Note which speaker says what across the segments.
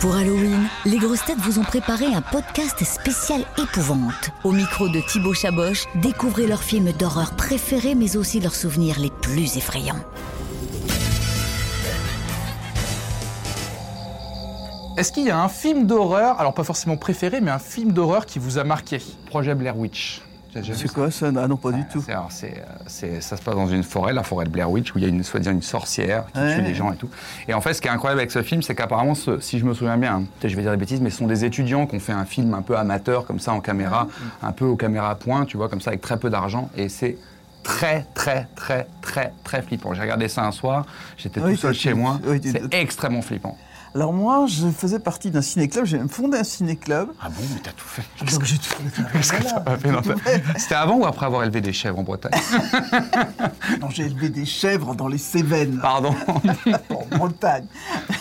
Speaker 1: Pour Halloween, les grosses têtes vous ont préparé un podcast spécial épouvante. Au micro de Thibaut Chaboch, découvrez leurs films d'horreur préférés mais aussi leurs souvenirs les plus effrayants.
Speaker 2: Est-ce qu'il y a un film d'horreur, alors pas forcément préféré, mais un film d'horreur qui vous a marqué
Speaker 3: Projet Blair Witch. T'as déjà vu
Speaker 4: C'est
Speaker 3: ça
Speaker 4: quoi ça Ah non, pas du tout.
Speaker 3: C'est- alors, c'est, euh, c'est- ça se passe dans une forêt, la forêt de Blair Witch, où il y a une soi-disant une sorcière qui
Speaker 4: Ouais.
Speaker 3: tue des gens et tout. Et en fait, ce qui est incroyable avec ce film, c'est qu'apparemment, ce- si je me souviens bien, hein, peut-être je vais dire des bêtises, mais ce sont des étudiants qui ont fait un film un peu amateur, comme ça, en caméra, un peu au caméra à point, tu vois, comme ça, avec très peu d'argent. Et c'est très, très, très, très, très flippant. J'ai regardé ça un soir, j'étais
Speaker 4: Oui,
Speaker 3: tout ah seul
Speaker 4: t'as-
Speaker 3: chez moi.
Speaker 4: oui, t'es-
Speaker 3: c'est extrêmement flippant.
Speaker 4: Alors moi, je faisais partie d'un ciné-club, j'ai même fondé un ciné-club. Ah,
Speaker 3: Ah bon, mais t'as tout fait.
Speaker 4: Donc j'ai tout
Speaker 3: Qu'est-ce que t'as pas fait dans ta- C'était avant ou après avoir élevé des chèvres en Bretagne
Speaker 4: Non, j'ai élevé des chèvres dans les Cévennes,
Speaker 3: Pardon.
Speaker 4: en Bretagne.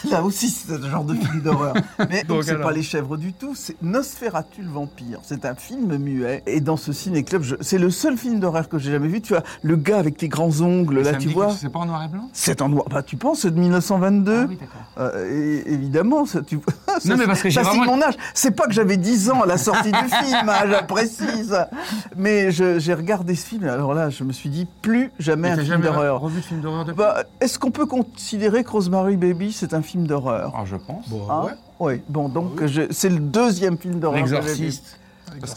Speaker 4: Là aussi, c'est ce genre de film d'horreur. Mais donc,
Speaker 2: Donc,
Speaker 4: c'est
Speaker 2: alors.
Speaker 4: pas les chèvres du tout, c'est Nosferatu le vampire. C'est un film muet. Et dans ce ciné-club, je- c'est le seul film d'horreur que j'ai jamais vu. Tu vois, le gars avec les grands ongles, là,
Speaker 3: Ça me
Speaker 4: tu
Speaker 3: dit
Speaker 4: vois.
Speaker 3: que C'est pas en noir et blanc
Speaker 4: C'est en noir. Bah, tu penses, c'est de 1922
Speaker 3: Ah oui, d'accord.
Speaker 4: Euh, et- évidemment, ça, tu... ça,
Speaker 3: Non, mais parce que j'ai
Speaker 4: ça, c'est
Speaker 3: vraiment-
Speaker 4: mon âge. C'est pas que j'avais 10 ans à la sortie du film, hein, j'apprécie ça. Mais je- j'ai regardé ce film, alors là, je me suis dit, plus jamais un
Speaker 2: T'as
Speaker 4: film
Speaker 2: jamais
Speaker 4: d'horreur.
Speaker 2: revu de film d'horreur depuis
Speaker 4: Bah, Est-ce qu'on peut considérer que Rosemary Baby, c'est un film d'horreur
Speaker 3: Ah, je pense.
Speaker 2: Bon,
Speaker 4: Hein
Speaker 2: ouais.
Speaker 4: Oui, bon, donc je- c'est le deuxième film d'horreur. que j'ai vu.
Speaker 3: L'exorciste.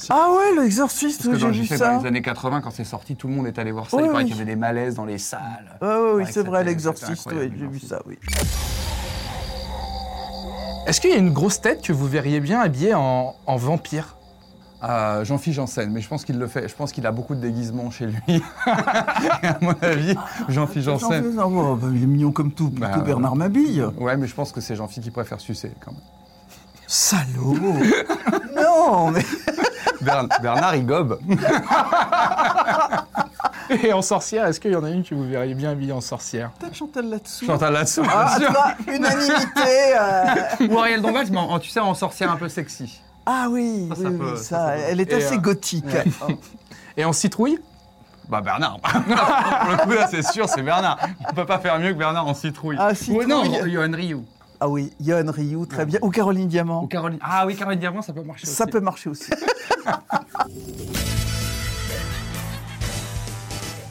Speaker 4: Ah ouais, l'exorciste,
Speaker 3: Parce
Speaker 4: oui,
Speaker 3: que dans
Speaker 4: j'ai
Speaker 3: le
Speaker 4: vu
Speaker 3: JT,
Speaker 4: ça.
Speaker 3: dans les années 80, quand c'est sorti, tout le monde est allé voir ça.
Speaker 4: Oui,
Speaker 3: il paraît
Speaker 4: oui.
Speaker 3: qu'il y avait des malaises dans les salles.
Speaker 4: Ah ouais, oui,
Speaker 3: Ouais,
Speaker 4: c'est vrai,
Speaker 3: c'était-
Speaker 4: l'exorciste,
Speaker 3: c'était
Speaker 4: oui,
Speaker 3: incroyable,
Speaker 4: j'ai vu
Speaker 3: l'exorciste.
Speaker 4: ça, oui.
Speaker 2: Est-ce qu'il y a une grosse tête que vous verriez bien habillée en, en vampire
Speaker 3: Euh, Jean-Philippe Janssen, mais je pense qu'il le fait. Je pense qu'il a beaucoup de déguisements chez lui. à mon avis, Jean-Philippe Janssen.
Speaker 4: Jean-Philippe, oh, bah, il est mignon comme tout, plutôt
Speaker 3: Bah,
Speaker 4: Bernard Mabille.
Speaker 3: Ouais, mais je pense que c'est Jean-Philippe qui préfère sucer quand même.
Speaker 4: Salaud Non, mais
Speaker 3: Bern- Bernard, il gobe.
Speaker 2: Et en sorcière, est-ce qu'il y en a une que vous verriez bien habillée en sorcière
Speaker 4: peut-être Chantal là-dessous.
Speaker 3: Chantal là-dessous, bien
Speaker 4: Ah, tu
Speaker 3: sûr.
Speaker 4: vois, unanimité euh.
Speaker 3: Ou Ariel Dombal, mais en- en- tu sais, en sorcière un peu sexy.
Speaker 4: Ah oui,
Speaker 3: Ça,
Speaker 4: oui,
Speaker 3: ça
Speaker 4: oui,
Speaker 3: peut-
Speaker 4: ça,
Speaker 3: ça, ça peut.
Speaker 4: elle est
Speaker 2: Et,
Speaker 4: assez
Speaker 2: euh,
Speaker 4: gothique. Oh.
Speaker 2: Et en citrouille
Speaker 3: Bah Bernard. Pour le coup, là, c'est sûr, c'est Bernard. On peut pas faire mieux que Bernard en citrouille.
Speaker 4: Ah,
Speaker 3: Ou non,
Speaker 4: citrouille.
Speaker 3: Johan Rioux.
Speaker 4: Ah oui, Yoann Rioux, très bien. Ou Caroline Diamant.
Speaker 3: Ou Caroline. Ah oui, Caroline Diamant, ça peut marcher
Speaker 4: Ça
Speaker 3: aussi.
Speaker 4: peut marcher aussi.